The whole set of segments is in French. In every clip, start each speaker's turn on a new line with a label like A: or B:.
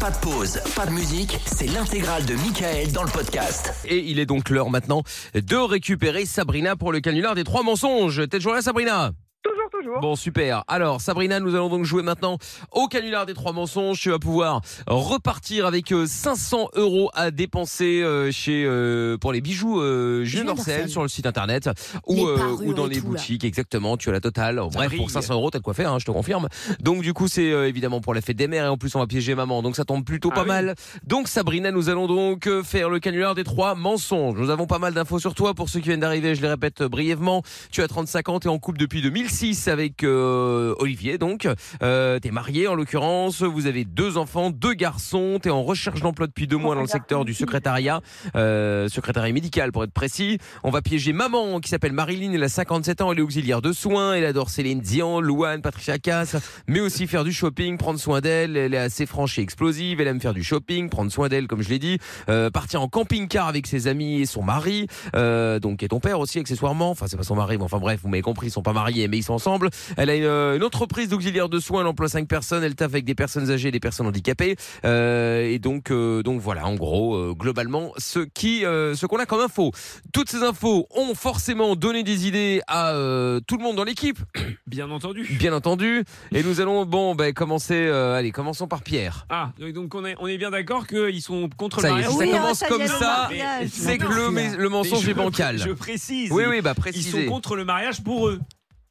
A: Pas de pause, pas de musique, c'est l'intégrale de Michael dans le podcast.
B: Et il est donc l'heure maintenant de récupérer Sabrina pour le canular des trois mensonges. T'es toujours là, Sabrina
C: Toujours, toujours.
B: Bon, super. Alors, Sabrina, nous allons donc jouer maintenant au canular des trois mensonges. Tu vas pouvoir repartir avec euh, 500 euros à dépenser euh, chez euh, pour les bijoux euh, Julien
D: Julien
B: Dorcel,
D: Dorcel.
B: sur le site internet
D: Les
B: ou, euh,
D: parures
B: ou dans
D: et
B: les
D: tout, là.
B: boutiques. Exactement. Tu as la totale. Bref, pour 500 euros, t'as de quoi faire. hein, je te confirme. Donc, du coup, c'est euh, évidemment pour la fête des mères et en plus, on va piéger maman. Donc, ça tombe plutôt pas mal. Donc, Sabrina, nous allons donc euh, faire le canular des trois mensonges. Nous avons pas mal d'infos sur toi pour ceux qui viennent d'arriver. Je les répète euh, brièvement. Tu as 35 ans, t'es en couple depuis 2006 avec euh, Olivier, donc. Euh, t'es marié en l'occurrence, vous avez deux enfants, deux garçons, t'es en recherche d'emploi depuis deux mois dans le secteur du secrétariat, euh, secrétariat médical pour être précis. On va piéger maman qui s'appelle Marilyn, elle a 57 ans, elle est auxiliaire de soins, elle adore Céline Dion, Louane, Patricia Cass, mais aussi faire du shopping, prendre soin d'elle, elle est assez franche et explosive, elle aime faire du shopping, prendre soin d'elle comme je l'ai dit, euh, partir en camping-car avec ses amis et son mari, euh, donc et ton père aussi accessoirement. Enfin, c'est pas son mari, mais enfin bref, vous m'avez compris, ils sont pas mariés, mais ils sont ensemble. Elle a une, euh, une entreprise d'auxiliaire de soins, elle emploie cinq personnes, elle taffe avec des personnes âgées, et des personnes handicapées, Euh, et donc euh, donc voilà, en gros, euh, globalement, ce qui euh, ce qu'on a comme info. Toutes ces infos ont forcément donné des idées à euh, tout le monde dans l'équipe,
E: Bien entendu.
B: bien entendu. Et nous allons bon, ben commencer. euh, allez, commençons par Pierre.
E: Ah, donc on est, on est bien d'accord qu'ils sont contre
B: Ça
E: le
B: y est,
E: mariage.
B: si ça
D: Oui,
F: hein.
B: commence
D: ah, ça y
B: comme
D: est, le
B: ça,
D: mariage.
B: c'est que
D: Non,
B: le,
D: Pierre.
B: le mensonge
E: hein. Mais je-
B: est bancal.
E: Je précise.
B: Oui, oui, bah
E: Ils
B: précisez.
E: sont contre le mariage pour eux.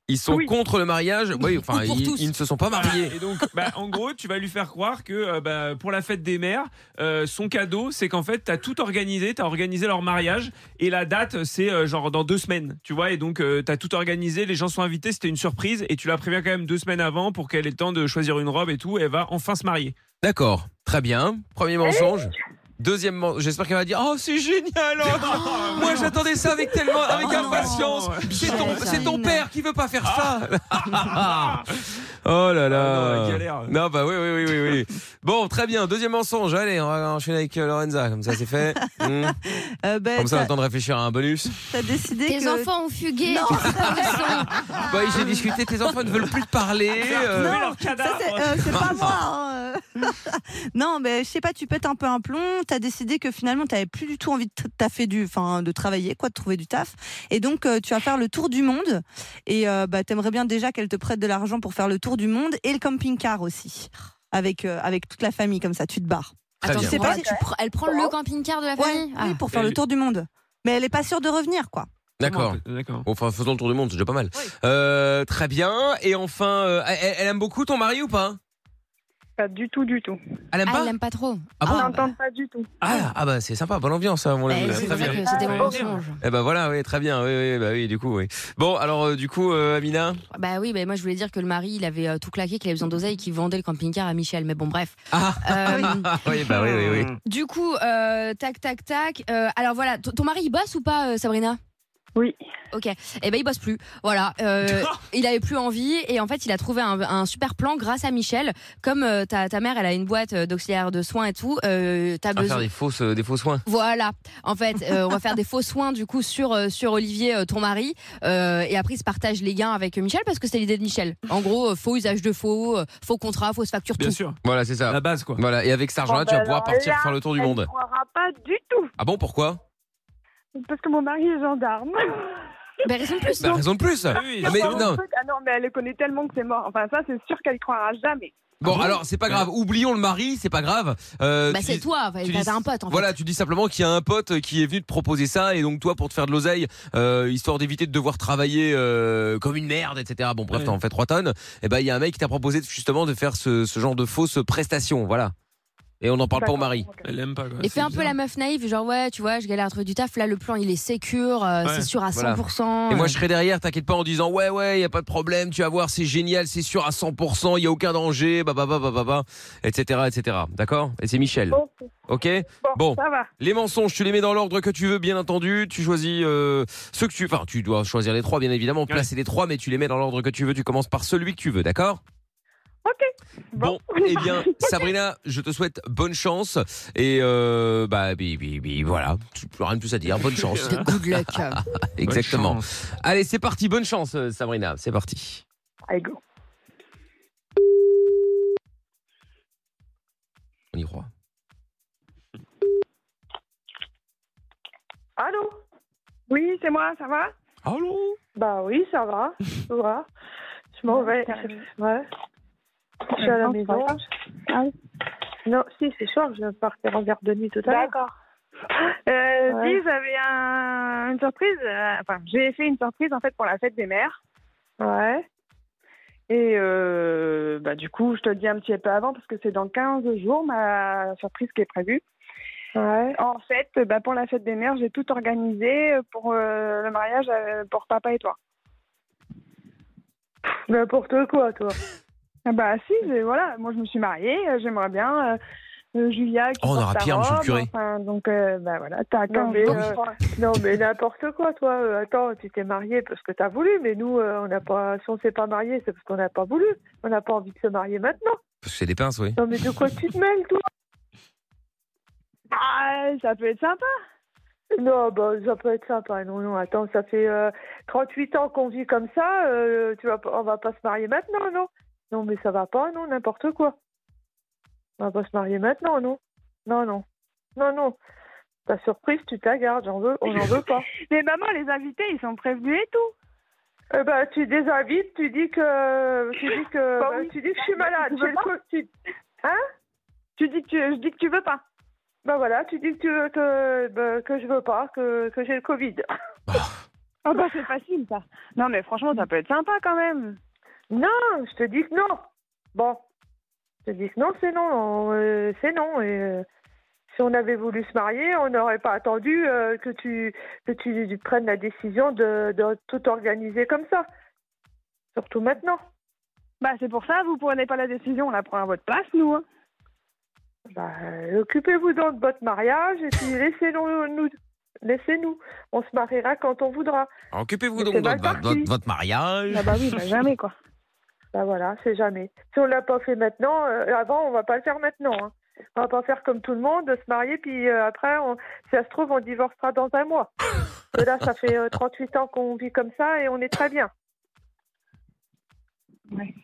B: Ils sont
C: Oui.
B: contre le mariage. Oui, enfin,
D: Ou pour
B: ils,
D: tous.
B: ils ne se sont pas mariés.
E: Voilà. Et donc, bah, en gros, tu vas lui faire croire que euh, bah, pour la fête des mères, euh, son cadeau, c'est qu'en fait, t'as tout organisé, t'as organisé leur mariage, et la date, c'est euh, genre dans deux semaines, tu vois, et donc euh, t'as tout organisé, les gens sont invités, c'était une surprise, et tu la préviens quand même deux semaines avant pour qu'elle ait le temps de choisir une robe et tout, et elle va enfin se marier.
B: D'accord, très bien. Premier mensonge. Deuxième mensonge. J'espère qu'elle va dire Oh, c'est génial oh.
E: Ah,
B: Moi, j'attendais ça avec tellement, avec
D: Oh non.
B: impatience. C'est ton,
D: Michel,
B: c'est ton
D: Karine.
B: père qui veut pas faire ça. oh là
E: Ah
B: là.
E: non, la galère.
B: Non, bah oui, oui, oui, oui, oui. Bon, très bien. Deuxième mensonge. Allez, on va enchaîner avec euh, Lorenza. Comme ça, c'est fait. Hmm.
F: Euh, ben,
B: Comme ça, on a
F: t'as-
B: le temps de réfléchir à un bonus.
F: T'as décidé
D: Tes
F: que.
D: enfants ont fugué.
B: Ah,
F: Non,
B: Bah, j'ai discuté. Tes enfants ne veulent plus te parler.
E: Mais
B: euh,
E: leur
F: ça,
E: cadavre.
F: c'est euh, c'est pas moi. hein, euh. non, mais je sais pas, tu pètes un peu un plomb. T'as décidé que finalement, t'avais plus du tout envie de t- taffer du, enfin, de travailler, quoi, de trouver du taf. Et donc, euh, tu vas faire le tour du monde. Et euh, bah, t'aimerais bien déjà qu'elle te prête de l'argent pour faire le tour du monde et le camping-car aussi. Avec, euh, avec toute la famille, comme ça, tu te barres.
B: Très
D: Attends,
B: bien.
D: c'est pas, tu pr- elle prend
B: Oh.
D: le camping-car de la
F: Ouais,
D: famille. Ah.
F: oui, pour faire
E: Et
F: le
E: lui-
F: tour du monde. Mais elle est pas sûre de revenir, quoi.
B: D'accord.
E: D'accord.
B: Bon, Enfin, faisons le tour du monde, c'est déjà pas mal. Euh, très bien. Et enfin, euh, elle, elle aime beaucoup ton mari ou pas
C: Pas du tout, du tout.
B: Elle aime
D: Ah,
B: pas
D: elle l'aime pas trop.
B: Ah
C: On
B: bon
C: n'entend pas du tout.
B: Ah, ah bah c'est sympa, bonne ambiance. hein, mon
D: Bah,
B: ami.
D: c'est
B: Très
D: pour ça
B: bien.
D: que c'était mon
E: Ouais.
D: mensonge.
B: Eh bah voilà, oui, très bien. Oui, oui, bah oui, du coup, oui. Bon, alors euh, du coup, euh, Amina.
D: Bah oui, bah moi je voulais dire que le mari il avait euh, tout claqué, qu'il avait besoin d'oseille et qu'il vendait le camping-car à Michel. Mais bon, bref.
B: Ah,
D: Euh,
B: ah, oui, bah oui, oui, oui.
D: du coup, euh, tac, tac, tac. Euh, alors voilà, T- ton mari il bosse ou pas, euh, Sabrina
C: Oui.
D: Ok. Eh ben il bosse plus. Voilà. Euh, il avait plus envie et en fait il a trouvé un, un super plan grâce à Michel. Comme euh, ta, ta mère elle a une boîte euh, d'auxiliaire de soins et tout, euh, t'as
B: On va faire
D: besoin.
B: des fausses, euh, des faux soins.
D: Voilà. En fait, euh, on va faire des faux soins du coup sur euh, sur Olivier, euh, ton mari, euh, et après il se partage les gains avec euh, Michel parce que c'est l'idée de Michel. En gros, euh, faux usage de faux, euh, faux contrat, fausse facture,
E: Bien
D: tout.
E: sûr,
B: Voilà, c'est ça.
E: la base quoi.
B: Voilà, et avec cet argent-là,
C: Bon,
B: tu vas
C: bah,
B: pouvoir
C: alors
B: partir
C: là,
B: faire le tour du
C: elle
B: monde.
C: ne croira pas du tout.
B: Ah bon, pourquoi
C: Parce que mon mari est gendarme.
D: Ben raison de plus.
B: Bah raison de plus.
E: Ah oui,
B: Ah, mais
E: c'est
C: Enfin,
B: non.
C: en fait, ah non, mais elle le connaît tellement que c'est mort. Enfin, ça, c'est sûr qu'elle croira jamais.
B: Bon,
E: bon
B: alors c'est pas grave. Oublions le mari, c'est pas grave. Euh,
D: Bah
B: tu
D: c'est
B: dis-
D: toi, enfin,
B: tu
D: t'as
B: dis-
D: un pote en
B: Voilà, tu dis simplement qu'il y a un pote qui est venu te proposer ça et donc toi pour te faire de l'oseille, euh, histoire d'éviter de devoir travailler euh, comme une merde, etc. Bon bref,
E: Ouais.
B: t'en fais trois tonnes. Et ben il y a un mec qui t'a proposé de- justement de faire ce, ce genre de fausse prestation, voilà. Et on n'en parle pas au mari.
E: Elle aime pas quoi.
D: fait. Et
E: C'est
D: fais un peu
E: bizarre.
D: la meuf naïve, genre ouais, tu vois, je galère à trouver du taf. Là, le plan il est sécure, euh,
E: Ouais,
D: c'est sûr à 100%.
B: voilà. Et
D: euh,
B: moi je serai derrière, t'inquiète pas en disant ouais ouais, y a pas de problème, tu vas voir, c'est génial, c'est sûr à 100%, y a aucun danger, bah bah bah bah bah, bah, etc. etc. D'accord Et c'est Michel,
C: Bon,
B: ok Bon.
C: bon, ça va.
B: Les mensonges, tu les mets dans l'ordre que tu veux, bien entendu. Tu choisis euh, ceux que tu. Enfin, tu dois choisir les trois, bien évidemment, placer les trois, mais tu les mets dans l'ordre que tu veux. Tu commences par celui que tu veux, d'accord
C: Bon.
B: eh bien, Sabrina, je te souhaite bonne chance. Et euh, bah, bi, bi, bi, voilà, Tu- rien de plus à dire. Bonne chance.
D: De good luck.
B: Exactement.
E: Bonne chance.
B: Allez, c'est parti. Bonne chance, euh, Sabrina. C'est parti.
C: Allez, go.
B: On y y croit.
C: Allô Oui, c'est moi, ça va
B: Allô
G: Bah oui, ça va. Ça va. Je m'en vais. Ouais. Je suis à la
C: Non, c'est pas
G: maison.
C: grave. Ah
G: Non, si, c'est sûr, je vais partir en verre de nuit tout à l'heure.
C: D'accord. Euh,
G: Ouais.
C: Si, j'avais un- une surprise. euh, Enfin, j'ai fait une surprise en fait pour la fête des mères.
G: Ouais.
C: Et euh, bah, du coup, je te le dis un petit peu avant parce que c'est dans 15 jours ma surprise qui est prévue.
G: Ouais.
C: En fait, bah, pour la fête des mères, j'ai tout organisé pour euh, le mariage euh, pour papa et toi.
G: N'importe quoi, toi.
C: Ah Bah si, j'ai- voilà, moi je me suis mariée, euh, j'aimerais bien. euh, euh, Julia qui
B: Oh, on
C: porte
B: aura
C: ta
B: Pierre, monsieur le
C: robe,
B: curé.
C: Enfin, donc, euh, bah voilà, t'as
G: Non
C: 15
G: mais,
C: jours.
G: euh, non mais n'importe quoi toi. Euh, attends, tu t'es marié parce que t'as voulu, mais nous euh, on n'a pas, si on s'est pas marié, c'est parce qu'on n'a pas voulu. On n'a pas envie de se marier maintenant.
B: Parce que c'est des pinces, oui.
G: Non mais de quoi tu te mêles toi
C: Ah, ça peut être sympa.
G: Non bah ça peut être sympa. Non non attends, ça fait euh, 38 ans qu'on vit comme ça. euh, tu vas, pas- on va pas se marier maintenant non Non mais ça va pas non n'importe quoi. On va pas se marier maintenant non Non non non non. Ta surprise tu te la gardes, j'en veux, on n'en veut pas.
C: Mais maman, les invités, ils sont prévenus et tout.
G: Eh ben, tu désinvites, tu dis que tu dis que
C: Bah
G: bah,
C: oui.
G: tu dis que je suis malade,
C: Tu veux
G: j'ai le
C: pas
G: co- tu-
C: Tu dis que tu, je dis que tu veux pas.
G: bah voilà, tu dis que tu veux que bah, que je veux pas, que, que j'ai le Covid.
C: Ah bah c'est facile ça. Non mais franchement, ça peut être sympa quand même.
G: Non, je te dis que non. Bon, je te dis que non, c'est non, euh, c'est non. Et euh, si on avait voulu se marier, on n'aurait pas attendu euh, que tu que tu, tu prennes la décision de, de tout organiser comme ça. Surtout maintenant.
C: Bah c'est pour ça, vous prenez pas la décision, on la prend à votre place, nous. hein.
G: Bah, euh, occupez-vous donc de votre mariage et puis laissez-nous. nous- Laissez-nous. On se mariera quand on voudra.
B: Alors, Occupez-vous
G: Mais
B: donc
G: c'est
B: de votre,
G: mal parti.
B: votre- votre mariage.
C: Ah bah oui, bah jamais quoi.
G: Bah voilà, c'est jamais. Si on l'a pas fait maintenant, euh, avant, on va pas le faire maintenant. Hein. On va pas faire comme tout le monde, de se marier, puis euh, après, on, si ça se trouve, on divorcera dans un mois. Et là, ça fait euh, 38 ans qu'on vit comme ça et on est très bien.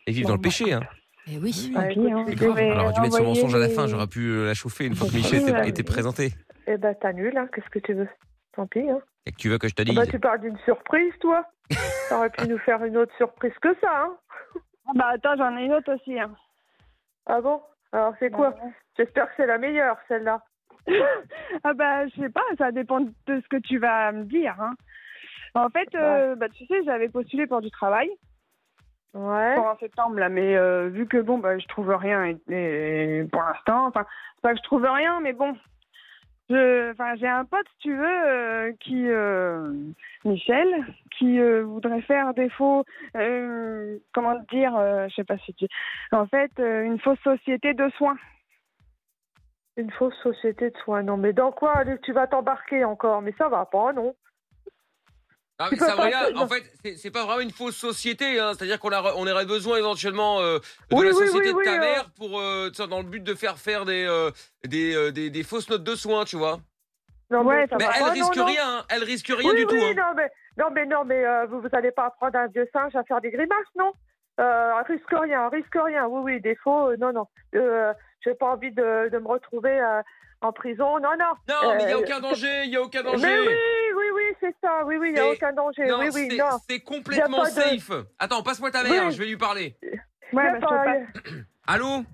B: Et vivre dans le péché. Hein.
D: Mais oui.
G: Bah,
C: puis, hein,
G: écoute,
C: c'est
G: tu
B: Alors, on aurait
C: devez
G: devais
B: dû mettre son
G: envoyer
B: mensonge à la fin.
G: les-
B: J'aurais pu la chauffer une fois que Michel
G: Ouais.
B: était, était présenté.
G: Eh ben, t'annules, hein, qu'est-ce que tu veux Tant pis. Hein.
B: Et que tu veux que je te dise.
G: Bah, tu parles d'une surprise, toi T'aurais pu nous faire une autre surprise que ça, hein
C: Ah bah attends, j'en ai une autre aussi. hein.
G: Ah bon Alors, c'est quoi J'espère que c'est la meilleure, celle-là.
C: Ah bah je sais pas, ça dépend de ce que tu vas me dire. hein. En fait, euh, bah, tu sais, j'avais postulé pour du travail
G: Ouais.
C: pour en septembre là, mais euh, vu que bon, bah je trouve rien et, et pour l'instant, enfin c'est pas que je trouve rien, mais bon, je, enfin j'ai un pote si tu veux euh, qui euh, Michel qui euh, voudrait faire des faux, euh, comment dire, euh, je sais pas si tu, en fait euh, une fausse société de soins.
G: Une fausse société de soins. Non, mais dans quoi Luc, Tu vas t'embarquer encore, mais ça va pas, non
B: Ah, mais
G: Tu peux
B: Sabrina,
G: pas- hein.
B: en fait, c'est- c'est pas vraiment une fausse société. hein. C'est-à-dire qu'on a- on aurait besoin éventuellement euh, de
G: Oui,
B: la
G: oui,
B: société de
G: oui,
B: ta
G: oui, euh.
B: mère pour, euh, tu sais, dans le but de faire faire des, euh, des, euh, des, des fausses notes de soins, tu vois.
G: Non,
C: Ouais,
G: ça
B: Mais
G: va
B: elle
G: pas,
B: risque
G: Ah bah, non, non.
B: rien. hein. Elle risque rien
G: oui,
B: du
G: oui,
B: tout. hein.
G: non, mais non, mais, non, mais euh, vous, vous allez pas apprendre à un vieux singe à faire des grimaces, non euh, Risque rien, risque rien. Oui, oui, défaut, euh, non, non. Euh, J'ai pas envie de, de me retrouver euh, en prison, non, non.
B: Non, mais il n'y a
G: Euh,
B: aucun danger. Il n'y a aucun danger.
G: Mais oui, oui, oui, c'est ça. Oui, oui, il n'y a
B: C'est-
G: aucun danger.
B: Non,
G: oui, oui,
B: c'est-
G: non.
B: c'est complètement
G: Y a pas de-
B: safe. Attends, passe-moi ta mère,
G: Oui.
B: je vais lui parler.
G: Y
C: Ouais, bah,
G: a
C: je
G: pas- euh,
C: te passe.
B: Allô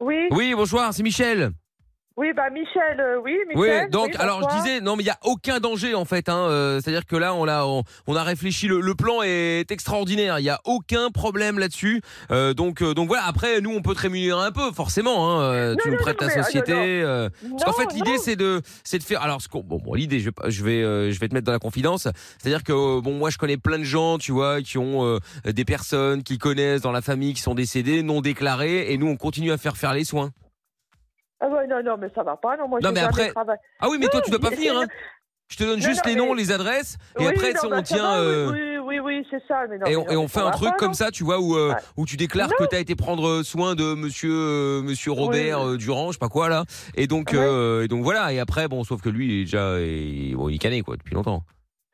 G: Oui,
B: Oui, bonsoir, c'est Michel.
G: oui, bah Michel, euh, oui,
B: Oui,
G: Michel.
B: donc alors je
G: bonsoir.
B: disais non mais il y a aucun danger en fait hein, euh, c'est-à-dire que là on l'a on, on a réfléchi le, le plan est extraordinaire, il y a aucun problème là-dessus. Euh, donc euh, donc voilà, après nous on peut te rémunérer un peu forcément hein, euh, tu
G: Non,
B: nous
G: non,
B: prêtes
G: non,
B: ta
G: mais, ah,
B: société
G: non, non.
B: euh, parce qu'en
G: Non,
B: fait l'idée c'est de c'est de faire alors ce qu'on- bon, bon, l'idée je vais pas- je vais euh, je vais te mettre dans la confidence, c'est-à-dire que euh, bon moi je connais plein de gens, tu vois, qui ont euh, des personnes qu'ils connaissent dans la famille qui sont décédées non déclarées et nous on continue à faire faire les soins.
G: Ah ouais, non, non, mais ça va pas. Non, moi,
B: Non,
G: j'ai
B: mais
G: jamais
B: après-
G: travaillé.
B: Ah oui, mais toi, tu dois pas
G: mais
B: venir.
G: c'est-
B: Hein. Je te donne
G: Non,
B: juste
G: non,
B: les
G: mais-
B: noms, les adresses, et
G: Oui,
B: après,
G: non,
B: ça,
G: bah,
B: on
G: ça
B: tient.
G: va,
B: euh,
G: Oui, oui, oui, oui, c'est ça. Mais non,
B: Et
G: mais
B: on,
G: non,
B: et on
G: mais
B: fait
G: ça
B: un
G: va
B: truc
G: pas,
B: comme
G: non.
B: ça, tu vois, où, euh,
G: Ouais.
B: où tu déclares que t'as été prendre soin de monsieur, euh, monsieur Robert
G: Oui.
B: euh, Durand, je sais pas quoi, là. Et donc,
G: Ouais.
B: euh, et donc voilà. Et après, bon, sauf que lui, il est déjà, il- bon, il est cané, quoi, depuis longtemps.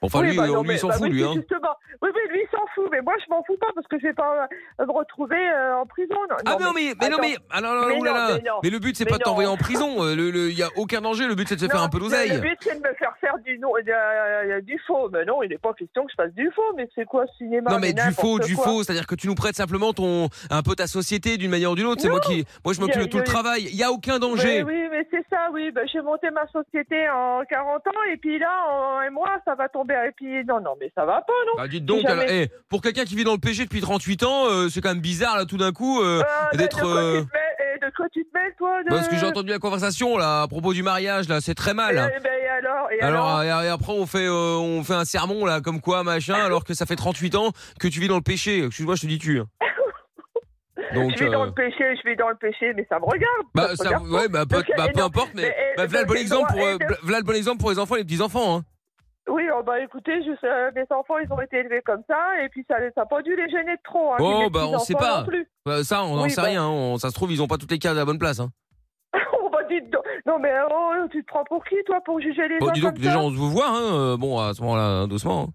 B: Enfin,
C: Oui,
B: lui,
C: bah
B: euh, lui,
C: non,
B: il
C: mais-
B: s'en
C: bah
B: fout,
C: oui,
B: lui.
C: si,
B: Hein.
C: Justement. Oui, oui, lui, il s'en fout, mais moi, je m'en fous pas parce que je vais pas euh, me retrouver euh, en prison. Non,
B: Ah
C: non,
B: non mais, mais non
C: attends.
B: mais ah non, non, non,
C: Mais non,
B: oulala.
C: mais non.
B: mais le but c'est
C: Mais
B: pas de t'envoyer
C: non.
B: en prison Euh, le le- il y a aucun danger le but c'est de se faire
C: Non,
B: un peu
C: le-
B: d'oseille
C: Le but, c'est de me faire faire du, no- euh, du faux. Mais non, il n'est pas question que je fasse du faux. Mais c'est quoi ce cinéma
B: Non mais du
C: n'importe
B: faux, du
C: quoi.
B: faux, c'est-à-dire que tu nous prêtes simplement ton un peu ta société d'une manière ou d'une autre. C'est moi qui, moi je m'occupe
C: Il y
B: de
C: a-
B: tout le
C: il y a-
B: travail. Il y a aucun
C: Mais
B: danger.
C: oui, mais c'est ça, oui. Ben, J'ai monté ma société en 40 ans et puis là, en un mois, ça va tomber. à- Et puis, non, non, mais ça va pas, non
B: Bah, dites donc,
C: Jamais.
B: alors, eh, pour quelqu'un qui vit dans le PG depuis 38 ans, euh, c'est quand même bizarre là tout d'un coup. euh,
C: Ah, ben,
B: d'être,
C: De, quoi
B: euh,
C: tu te mêles- eh, de quoi tu te mêles, toi de...
B: parce que j'ai entendu la conversation là à propos du mariage là, c'est très mal. hein.
C: Eh ben, et alors, et alors,
B: Alors, et et après on fait euh, on fait un sermon là comme quoi machin alors que ça fait 38 ans que tu vis dans le péché. Excuse-moi, je te dis tu. hein. Donc
C: Je vis dans
B: euh,
C: le péché, je vis dans le péché, mais ça me regarde.
B: bah,
C: me
B: ça-
C: regarde pas.
B: ouais, bah, peu,
C: Donc,
B: bah,
C: et
B: peu
C: non,
B: importe mais,
C: mais, eh,
B: bah, voilà le bon
C: j'ai le
B: exemple pour
C: droit,
B: euh,
C: et de-
B: voilà le bon exemple pour les enfants et les petits enfants hein.
C: Oui, oh, bah écoutez, je sais, euh, mes enfants, ils ont été élevés comme ça, et puis ça n'a pas dû les gêner de trop. Hein,
B: Oh,
C: mes
B: bah, on sait
C: petits-enfants
B: pas.
C: Non plus.
B: Bah, ça, on n'en
C: Oui,
B: sait
C: bah.
B: rien. hein. On- ça se trouve, ils n'ont pas toutes les cases à la bonne place. Hein.
C: Oh, bah, dites donc. Non, mais oh, tu te prends pour qui, toi, pour juger les
B: Bon,
C: uns
B: dis donc,
C: comme
B: déjà,
C: ça
B: on se vous voit. Hein. euh, Bon, à ce moment-là, hein, doucement. hein.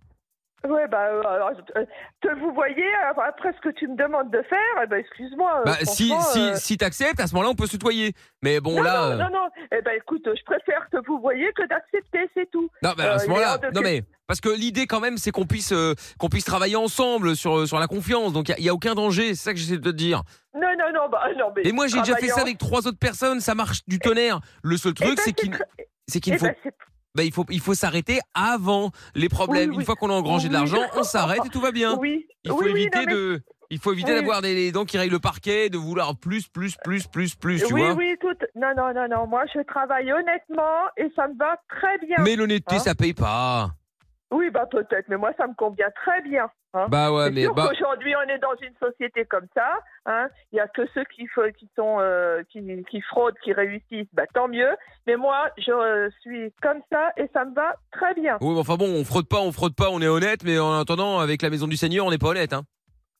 C: Ouais, bah, euh, alors, euh, te vous voyez, euh, après ce que tu me demandes de faire, eh ben, excuse-moi. euh,
B: bah, si
C: franchement,
B: si,
C: euh,
B: si t'acceptes, à ce moment-là, on peut se tutoyer. Mais bon,
C: non,
B: là.
C: non,
B: euh,
C: non, non. Eh ben, écoute, je préfère te vous voyez que d'accepter, c'est tout.
B: non, bah, à
C: euh,
B: ce
C: il est
B: moment-là.
C: hors de
B: Non, mais. Parce que l'idée, quand même, c'est qu'on puisse, euh, qu'on puisse travailler ensemble sur, sur la confiance. Donc, il n'y a, aucun danger. C'est ça que j'essaie de te dire.
C: Non, non, non, bah, non, mais.
B: Et moi, j'ai déjà fait ça
C: travaillant.
B: avec trois autres personnes. Ça marche du tonnerre. Le seul
C: Eh
B: truc,
C: ben,
B: c'est qu'il.
C: très-
B: C'est qu'il
C: eh
B: faut,
C: ben, c'est-
B: bah, il faut, il faut s'arrêter avant les problèmes.
C: Oui,
B: Une
C: oui.
B: fois qu'on a engrangé de
C: Oui.
B: l'argent, on s'arrête et tout va bien.
C: Oui,
B: Il faut
C: oui, oui,
B: éviter
C: non, mais-
B: de. Il faut éviter
C: Oui.
B: d'avoir des les dents qui rayent le parquet, de vouloir plus, plus, plus, plus, plus, tu
C: oui,
B: vois.
C: oui, tout. Non, non, non, non. Moi, je travaille honnêtement et ça me va très bien.
B: Mais l'honnêteté,
C: Hein
B: ça paye pas.
C: Oui, bah peut-être, mais moi, ça me convient très bien. hein.
B: Bah ouais,
C: C'est
B: mais
C: sûr
B: bah,
C: qu'aujourd'hui, on est dans une société comme ça. hein. Il n'y a que ceux qui, fa- qui, sont, euh, qui, qui fraudent, qui réussissent. Bah, tant mieux. Mais moi, je euh, suis comme ça et ça me va très bien.
B: oui, mais enfin bon, on frotte pas, on frotte pas, on est honnête, mais en attendant, avec la maison du Seigneur, on n'est pas honnête. Hein.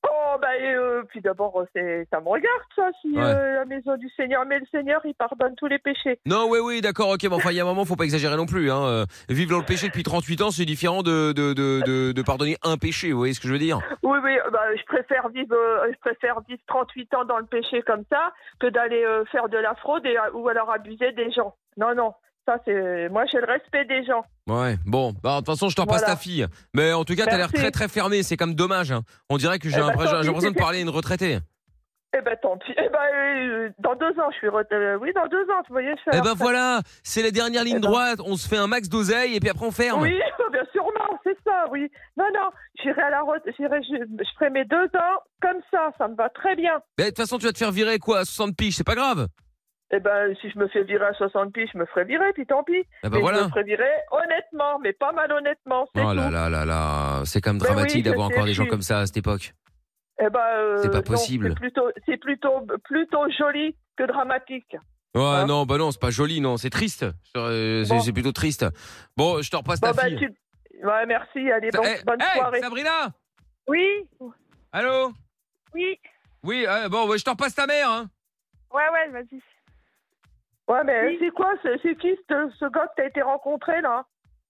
C: Oh, bah, et, euh, puis d'abord, c'est- ça me regarde, ça, si
B: Ouais.
C: euh, la maison du Seigneur. Mais le Seigneur, il pardonne tous les péchés.
B: Non, oui, oui, d'accord, ok, mais enfin, il y a un moment, faut pas exagérer non plus. Hein. Euh, Vivre dans le péché depuis 38 ans, c'est différent de de, de, de de pardonner un péché. Vous voyez ce que je veux dire
C: Oui, oui, bah, je, préfère vivre, euh, je préfère vivre 38 ans dans le péché comme ça que d'aller euh, faire de la fraude et, euh, ou alors abuser des gens. Non, non. Ça, c'est. Moi, j'ai le respect des gens.
B: Ouais. Bon, bah, de toute façon, je t'en passe
C: Voilà.
B: ta fille. Mais en tout cas, t'as l'air
C: Merci.
B: très très fermé. C'est quand même dommage. hein. On dirait que j'ai
C: Eh bah,
B: l'impression-
C: tant
B: j'ai
C: pis,
B: l'impression de
C: c'était-
B: parler à une retraitée.
C: Eh ben tant pis. Eh ben euh, dans deux ans, je suis re- euh, oui dans deux ans, tu voyais. Je suis à
B: Eh
C: la
B: ben
C: retraite.
B: voilà, c'est la dernière ligne
C: Eh ben.
B: droite. On se fait un max d'oseille et puis après on ferme.
C: Oui, bien sûrement, c'est ça, oui. Non, non, j'irai à la retraite, j'irai- je, je ferai mes deux ans comme ça, ça me va très bien.
B: Mais de toute façon, tu vas te faire virer quoi à 60 piges, c'est pas grave.
C: Eh ben, si je me fais virer à 60 piges, je me ferai virer, puis tant pis.
B: Eh ben
C: Mais Je
B: voilà.
C: me ferai virer honnêtement, mais pas mal honnêtement, c'est
B: Oh là
C: tout.
B: là là là, c'est quand même
C: Mais
B: dramatique
C: Ben oui, je
B: d'avoir
C: sais,
B: encore des
C: je
B: gens
C: suis-
B: comme ça à cette époque.
C: Eh ben, euh,
B: C'est pas
C: non,
B: possible.
C: c'est plutôt, c'est plutôt, plutôt joli que dramatique.
B: Ouais,
C: Hein
B: non, bah non, c'est pas joli, non, c'est triste. Euh, C'est
C: Bon.
B: c'est plutôt triste. Bon, je te repasse
C: Bon,
B: ta
C: bah,
B: fille.
C: tu- Ouais, merci, allez, bon-
B: Eh,
C: bonne
B: eh,
C: soirée.
B: Sabrina
G: Oui,
B: Allô
G: oui.
B: Oui, euh, bon, ouais, je te repasse ta mère. Hein.
G: Ouais, ouais, vas-y.
C: Ouais, mais
G: Oui.
C: c'est quoi C'est c'est qui ce, ce gars que t'as été rencontré là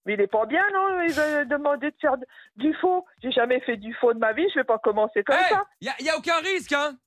C: Mais il est pas bien, non Il veut demander de faire d- du faux. J'ai jamais fait du faux de ma vie, je vais pas commencer comme
B: Eh,
C: ça.
B: y a, y a aucun risque, hein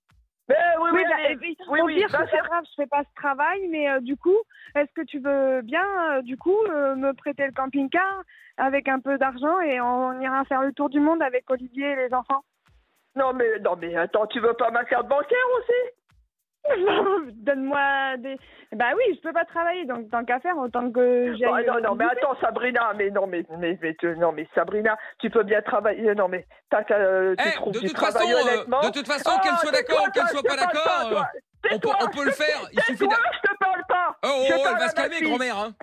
C: Mais oui, oui,
G: Oui, bah,
C: mais-
G: oui,
C: oui,
G: au
C: oui,
G: pire,
C: bah,
G: c'est pas grave, je fais pas ce travail, mais euh, du coup, est-ce que tu veux bien, euh, du coup, euh, me prêter le camping-car avec un peu d'argent et on ira faire le tour du monde avec Olivier et les enfants
C: non, mais, non, mais attends, tu veux pas ma carte bancaire aussi
G: Donne-moi des. Bah oui, je peux pas travailler, donc tant qu'à faire, autant que j'aille. euh,
C: Bah, Non, non, mais attends, Sabrina, mais non, mais, mais, mais, tu- non, mais Sabrina, tu peux bien travailler. Non, mais t'as qu'à, euh, tu
B: Eh,
C: trouves
B: de,
C: du
B: toute façon,
C: travail
B: euh,
C: honnêtement.
B: de toute façon, qu'elle
C: Ah,
B: soit
C: tais-toi,
B: d'accord, qu'elle
C: toi,
B: soit
C: je
B: pas
C: te parle
B: d'accord,
C: toi.
B: euh, on peut,
C: Tais-toi,
B: on peut le faire. Il suffit
C: Tais-toi,
B: d'a-
C: je te parle pas.
B: Oh, oh,
C: Je
B: oh,
C: parle
B: elle va
C: à
B: se
C: ma
B: calmer,
C: fille.
B: grand-mère. Hein.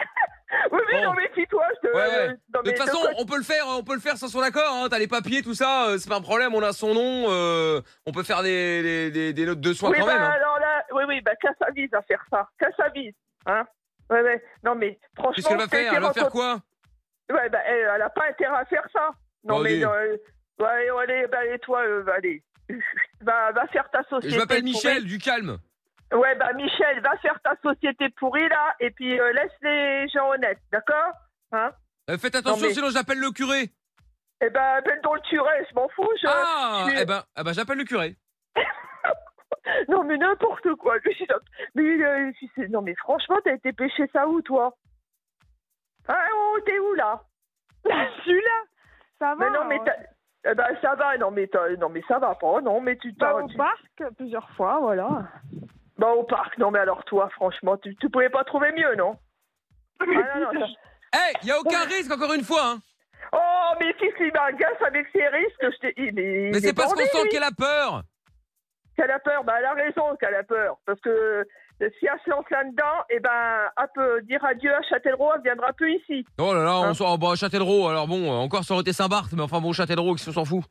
C: Oui, oui,
B: Bon.
C: non, mais dis-toi, je te... euh,
B: Ouais, ouais.
C: non,
B: De
C: mais
B: toute façon,
C: quoi-
B: on peut le faire, hein, on peut le faire sans son accord. Hein. T'as les papiers, tout ça, euh, c'est pas un problème. On a son nom, euh, on peut faire des, des, des- des notes de soins
C: oui,
B: quand
C: bah,
B: même. hein.
C: alors là, oui, oui, bah, qu'à sa vise à faire ça, qu'à sa vise, hein Ouais, ouais, non, mais franchement...
B: Qu'est-ce qu'elle va
C: t'as
B: faire
C: été
B: Elle va faire
C: rencontré-
B: quoi
C: Ouais, bah, elle, elle a pas intérêt à faire ça. Non,
B: Bon,
C: mais...
B: Bah, allez.
C: non, euh, ouais, ouais, allez, bah, allez, toi, euh, bah, allez, va, va faire ta société
B: Je m'appelle
C: pourrie.
B: Michel, du calme.
C: Ouais, bah, Michel, va faire ta société pourrie, là, et puis euh, laisse les gens honnêtes, d'accord
B: Euh, faites attention,
C: mais-
B: sinon j'appelle le curé.
G: Eh ben, appelle dans le curé, je m'en fous. je-
B: Ah,
G: je-
B: eh ben, ah ben, j'appelle le curé.
G: Non, mais n'importe quoi. Lui, il a- mais, euh, si c'est- non, mais franchement, t'as été pêché ça où, toi Hein, oh, t'es où, là
C: Celui-là, ça va.
G: Mais non, mais
C: euh,
G: t'as- eh ben, ça va, non, mais, t'as- non, mais ça va pas, non, mais tu
C: bah,
G: t'en-
C: au
G: tu-
C: parc plusieurs fois, voilà.
G: Bah, au parc, non, mais alors toi, franchement, tu, tu pouvais pas trouver mieux, non Ah, non, non, t'as-
B: Eh, y a aucun risque, encore une fois. hein.
G: Oh, mais fils, il m'agace avec ses risques. Je t'ai- il, il-
B: Mais
G: il est
B: c'est parce qu'on
G: bandé,
B: sent
G: lui.
B: qu'elle a peur.
G: qu'elle a peur. Bah, elle a raison qu'elle a peur. Parce que euh, si elle se lance là-dedans, eh ben, elle peut dire adieu à Châtellerault, elle viendra plus ici.
B: Oh là là, on
G: Hein
B: sort bah, Châtellerault. Alors bon, euh, encore ça aurait été Saint-Barth, mais enfin bon, Châtellerault, qui s'en fout.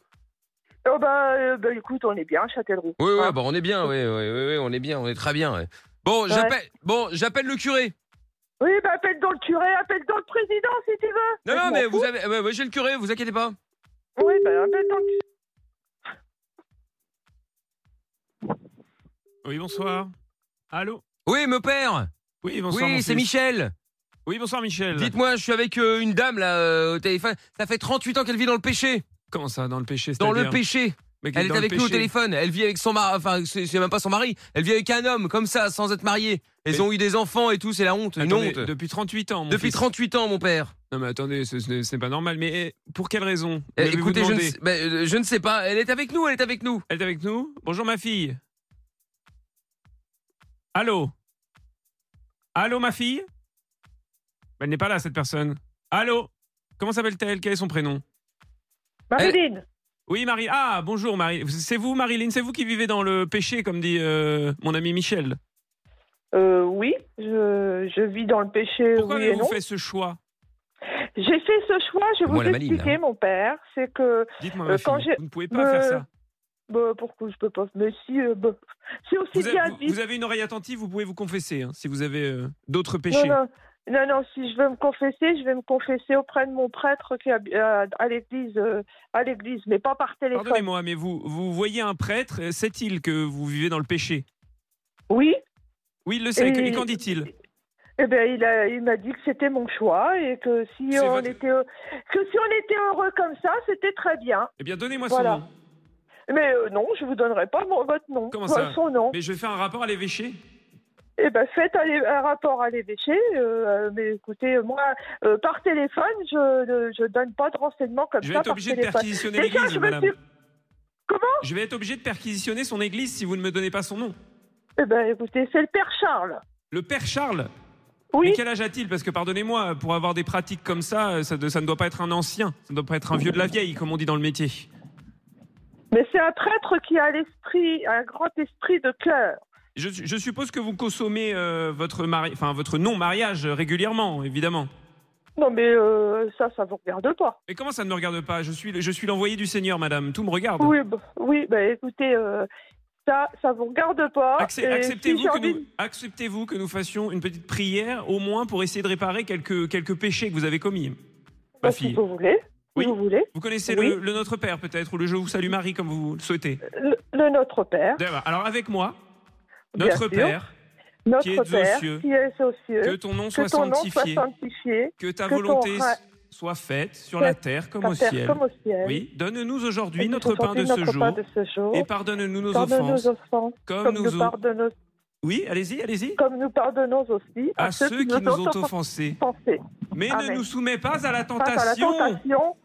G: Oh, bah, euh, bah, écoute, on est bien à Châtellerault.
B: Oui, oui,
C: Ah.
G: Hein.
B: bah, on est bien, oui, oui, oui, oui, on est bien, on est très bien. ouais. Bon, j'appelle, bon, j'appelle le curé.
G: Oui, bah, appelle dans le curé, appelle dans le président si tu veux.
C: Ah,
B: Non,
G: je
B: non,
G: m'en
B: mais
G: fous.
B: vous avez, ouais, ouais, j'ai le curé, vous inquiétez pas.
G: Oui, bah, appelle dans le
E: Oui, bonsoir. Allô
B: Oui, me père.
E: Oui, bonsoir. mon
B: Oui, c'est
E: fils.
B: Michel.
E: Oui, bonsoir, Michel.
B: Dites-moi, je suis avec euh, une dame là euh, au téléphone. Ça fait 38 ans qu'elle vit dans le péché.
E: Comment ça, dans le péché
B: Dans le
E: c'est-à-dire
B: péché.
E: Mais qu'est-ce
B: Elle est
E: dans le
B: avec nous au
E: péché
B: téléphone. Elle vit avec son mari. Enfin, c'est c'est même pas son mari. Elle vit avec un homme, comme ça, sans être mariée. Elles
E: Mais-
B: ont eu des enfants et tout. C'est la honte. Une
E: Attendez,
B: honte.
E: Depuis 38 ans. Mon
B: Depuis
E: fils.
B: 38 ans, mon père.
E: Non, mais attendez, ce- ce n'est- ce n'est pas normal. Mais eh, pour quelle raison
B: Eh,
E: L'avez-vous
B: écoutez, je ne,
E: demandé
B: sais- bah, euh, je ne sais pas. Elle est avec nous. Elle est avec nous.
E: Elle est avec nous Bonjour, ma fille. Allô Allô, ma fille Mais Elle n'est pas là, cette personne. Allô Comment s'appelle-t-elle Quel est son prénom
G: Marilyn.
E: Oui, Marie. Ah, bonjour, Marie. C'est vous, Marilyn C'est vous qui vivez dans le péché, comme dit euh, mon ami Michel.
G: Euh, oui, je, je vis dans le péché,
E: Pourquoi
G: Euh, oui et
E: avez-vous
G: non.
E: fait ce choix
G: J'ai fait ce choix, je
B: Moi,
G: vous
B: la maligne,
E: hein.
G: expliquer, mon père, c'est que
E: Dites-moi,
G: Euh,
E: ma
G: quand
E: fille.
G: j'ai-
E: Vous ne pouvez pas faire
G: Euh,
E: ça.
G: bah, pourquoi je peux pas Mais si, euh, bah, si aussi
E: Vous, avez-
G: bien
E: vous-
G: dit.
E: vous avez une oreille attentive, vous pouvez vous confesser hein, si vous avez euh, d'autres
G: Non,
E: péchés.
G: non, non, non, si je veux me confesser, je vais me confesser auprès de mon prêtre qui hab- euh, à l'église, euh, à l'église, mais pas par téléphone.
E: Pardonnez-moi, mais vous, vous voyez un prêtre, euh, sait-il que vous vivez dans le péché
G: Oui.
E: Oui, il le sait.
G: Et-
E: Et qu'en dit-il
G: Eh bien, il, a- il m'a dit que c'était mon choix et que si
E: C'est
G: on
E: votre-
G: était heu- que si on était heureux comme ça, c'était très bien.
E: Eh bien, donnez-moi
G: Voilà.
E: son nom.
G: Mais euh, non, je vous donnerai pas mon- votre nom,
E: Comment
G: Enfin,
E: ça
G: son nom.
E: Mais je vais faire un rapport à l'évêché.
G: Eh ben, faites un, un rapport à l'évêché. euh, euh, mais écoutez, moi, euh, par téléphone, je ne je donne pas de renseignements comme
E: Je vais
G: ça
E: être
G: par
E: obligé de
G: téléphone.
E: perquisitionner
G: Déjà,
E: l'église,
G: je me
E: madame.
G: suis... Comment
E: Je vais être obligé de perquisitionner son église si vous ne me donnez pas son nom.
G: Eh ben, écoutez, c'est le père Charles.
E: Le père Charles
G: Oui.
E: Mais quel âge a-t-il Parce que pardonnez-moi, pour avoir des pratiques comme ça, ça, de- ça ne doit pas être un ancien, ça ne doit pas être un vieux de la vieille, comme on dit dans le métier.
G: Mais c'est un prêtre qui a l'esprit, un grand esprit de cœur.
E: Je, je suppose que vous consommez euh, votre, mari, enfin, votre non-mariage euh, régulièrement, évidemment.
G: Non, mais euh, ça, ça vous regarde pas.
E: Mais comment ça ne me regarde pas Je suis, le- je suis l'envoyé du Seigneur, madame. Tout me regarde.
G: Oui, bah, oui, bah, écoutez, euh, ça, ça vous regarde pas.
E: Accep-
G: Et
E: Acceptez-vous
G: si j'ai
E: que,
G: envie
E: nous- acceptez-vous que nous fassions une petite prière, au moins pour essayer de réparer quelques, quelques péchés que vous avez commis,
G: de-
E: ma
G: bah, si
E: fille.
G: vous voulez,
E: Oui.
G: si vous voulez,
E: Vous connaissez
G: Oui.
E: le, le Notre Père, peut-être, ou le Je vous salue Marie, comme vous le souhaitez.
G: le, le Notre Père,
E: D'accord. Alors, avec moi,
G: Bien
E: Notre
G: sûr.
E: Père,
G: notre
E: qui est aux
G: Père,
E: cieux,
G: qui est aux cieux,
E: que ton nom
G: que
E: soit
G: ton nom soit
E: sanctifié,
G: sanctifié,
E: que ta
G: que ton
E: volonté
G: rein-
E: soit faite sur
G: faite
E: la terre comme
G: sur
E: au
G: terre
E: ciel.
G: comme au ciel.
E: Oui, donne-nous
G: Et
E: aujourd'hui
G: nous
E: notre pain
G: aujourd'hui,
E: de ce
G: notre
E: jour
G: pain de ce jour,
E: et pardonne-nous nos
G: pardonne nos
E: offenses,
G: offenses,
E: comme
G: comme
E: nous
G: nous
E: au-
G: pardonnons,
E: Oui, allez-y, allez-y.
G: comme nous pardonnons aussi
E: À ceux qui nous ont offensés.
G: offensés.
E: Mais ne
G: Amen.
E: nous soumets pas à la
G: Face à la
E: tentation.
G: tentation,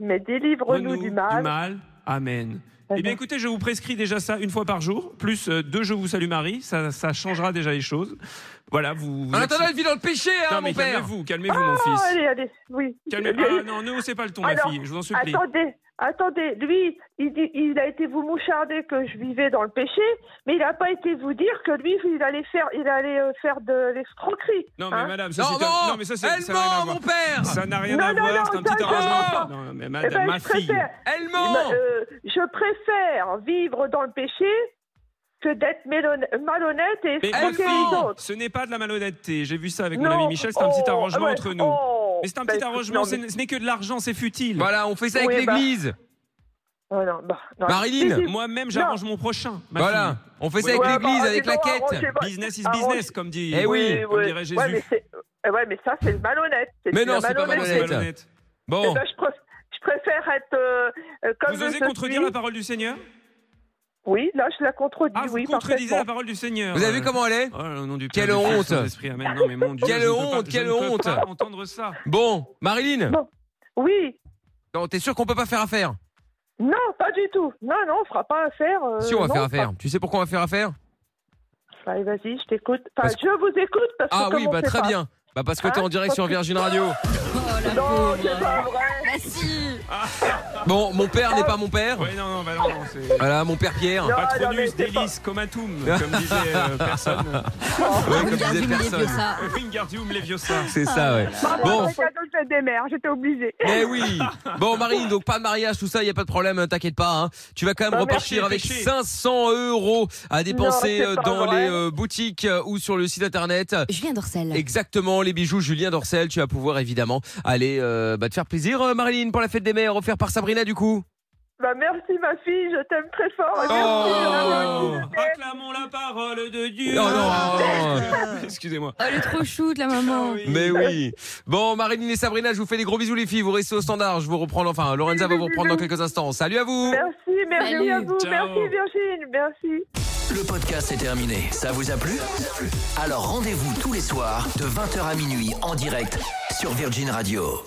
G: mais délivre-nous
E: Donne-nous
G: du mal.
E: Amen. Eh bien, écoutez, je vous prescris déjà ça une fois par jour, plus euh, deux Je vous salue Marie. Ça, ça changera déjà les choses. Voilà, vous. vous
B: En
E: êtes-
B: attendant, elle vit dans le péché, hein,
E: Non, mais
B: mon père.
E: calmez-vous, calmez-vous, mon
G: Ah,
E: fils.
G: allez, allez, oui.
E: Calmez- Ah, non, ne haussez pas le ton, ma
G: Alors,
E: fille. Je vous en supplie.
G: Attendez, attendez, lui, il, dit, il a été vous moucharder que je vivais dans le péché, mais il n'a pas été vous dire que lui, il allait faire, il allait euh, faire de l'escroquerie.
E: Non, mais
G: hein.
E: madame, ça,
B: Non,
E: c'est un-
B: non,
E: non, mais ça, c'est-
B: elle
E: ça n'a rien à
B: ment,
E: voir.
B: mon père.
E: Ça n'a rien
G: Non,
E: à
G: non,
E: voir,
G: non,
E: c'est un
G: ça,
E: petit
G: je-
E: arrangement. Non, mais
G: Eh
E: madame,
G: ben,
E: ma
G: je
E: fille.
G: préfère,
B: Elle
E: Oh.
G: eh
B: ment.
G: ben, euh, je préfère vivre dans le péché que d'être mélone- malhonnête et
E: Mais
B: Elle
E: ma
G: escroquer les
B: ment.
E: fille,
G: autres.
E: ce n'est pas de la malhonnêteté. J'ai vu ça avec mon
G: Non,
E: ami Michel, c'est un
G: oh,
E: petit arrangement
G: ouais,
E: entre nous.
G: oh.
E: Mais c'est un
G: Bah,
E: petit
G: écoute,
E: arrangement,
G: non,
E: c'est-
G: mais-
E: ce n'est que de l'argent, c'est futile.
B: Voilà, on fait ça avec
G: Oui, bah.
B: l'église.
C: oh,
G: non, non, bah, non.
B: Marilyn,
G: Si, si,
E: Moi-même, j'arrange mon prochain. ma
B: Voilà,
E: fille.
B: on fait ça
E: Ouais,
B: avec
G: bah,
B: l'église, avec la
G: arrangez-vous,
B: quête.
G: arrangez-vous.
E: Business is
G: Arrange-
E: business, comme dit.
B: Eh oui.
E: comme dirait Jésus.
G: Ouais,
C: euh,
G: mais c'est- eh ouais, mais ça, c'est le malhonnête. C'est
B: Mais
G: de
B: non,
G: la
B: c'est pas
E: Non,
G: malhonnêteté.
E: c'est
B: malhonnête.
E: malhonnête.
B: Bon,
G: Eh ben, je, préf- je
C: préfère être euh, euh, comme
E: Vous osez
C: je
E: contredire
C: suis.
E: la parole du Seigneur
C: Oui, là, je la contredis,
E: Ah, vous
C: oui,
E: contredisez la
C: parfaitement.
E: parole du Seigneur.
B: Vous avez vu comment elle est
E: Oh, le nom du
B: Quelle
E: Père, du Fils,
B: honte.
E: du Saint-Esprit. Amen. Non, mais mon Dieu,
B: Quelle
E: je ne peux pas-
B: honte,
E: je
B: quelle
E: ne peux
B: honte.
E: pas entendre ça.
B: Bon, Marilyn,
C: Oui,
B: non, t'es sûr qu'on peut pas faire affaire
C: non, pas du tout. Non, non, on fera pas affaire. euh,
B: Si, on va
C: non,
B: faire affaire. Tu sais pourquoi on va faire affaire
C: Enfin, allez, vas-y, je t'écoute. Enfin,
B: Parce-
C: je vous écoute parce que.
B: Ah
C: comme
B: oui,
C: on
B: bah
C: sait
B: très
C: pas-
B: bien. Bah parce que t'es en
C: Hein
B: direct sur Virgin Radio.
D: Oh la
C: Non,
D: pauvre.
C: c'est pas vrai.
D: Bah si
B: Bon, mon père n'est pas mon père.
E: Ouais, non, non, bah non, non, c'est.
B: Voilà, mon père Pierre.
C: Non, non, mais
E: Patronus,
C: c'est pas-
E: délice, comatum, comme disait euh, personne.
B: Ouais, comme
D: Regarde,
B: disait
D: il est vieux,
B: personne.
D: ça.
E: Wingardium Leviosa.
B: C'est ça, ouais.
C: Pardon,
B: Bon.
C: c'est cadeau de fête des mères, j'étais obligée.
B: Eh oui Bon Marine, donc pas de mariage, tout ça, il n'y a pas de problème, euh, t'inquiète pas. hein. Tu vas quand même
C: Bah,
B: repartir avec
E: merci, péché.
B: 500 euros à dépenser
C: c'est
B: euh,
C: pas
B: dans
C: vrai.
B: les euh, boutiques euh, ou sur le site internet.
D: Julien Dorcel.
B: Exactement, les bijoux Julien Dorcel, tu vas pouvoir évidemment aller euh, bah, te faire plaisir euh, Marilyn pour la fête des mères offerte par Sabrina du coup.
C: Bah, merci, ma fille, je t'aime très fort. et merci, vraiment,
B: Oh.
C: je t'aime.
E: Acclamons la parole de Dieu.
B: Non, non.
H: Euh,
E: Excusez-moi.
D: Oh, elle est trop chou la maman.
B: Mais oui. Bon Marilyn et Sabrina, je vous fais des gros bisous les filles, vous restez au standard, je vous reprends enfin Lorenza va vous reprendre dans quelques instants. Salut à vous.
C: Merci, merci
D: Salut.
C: à vous,
E: Ciao.
C: merci Virginie, merci.
A: Le podcast est terminé. Ça vous a plu Alors rendez-vous tous les soirs de 20h à minuit en direct sur Virgin Radio.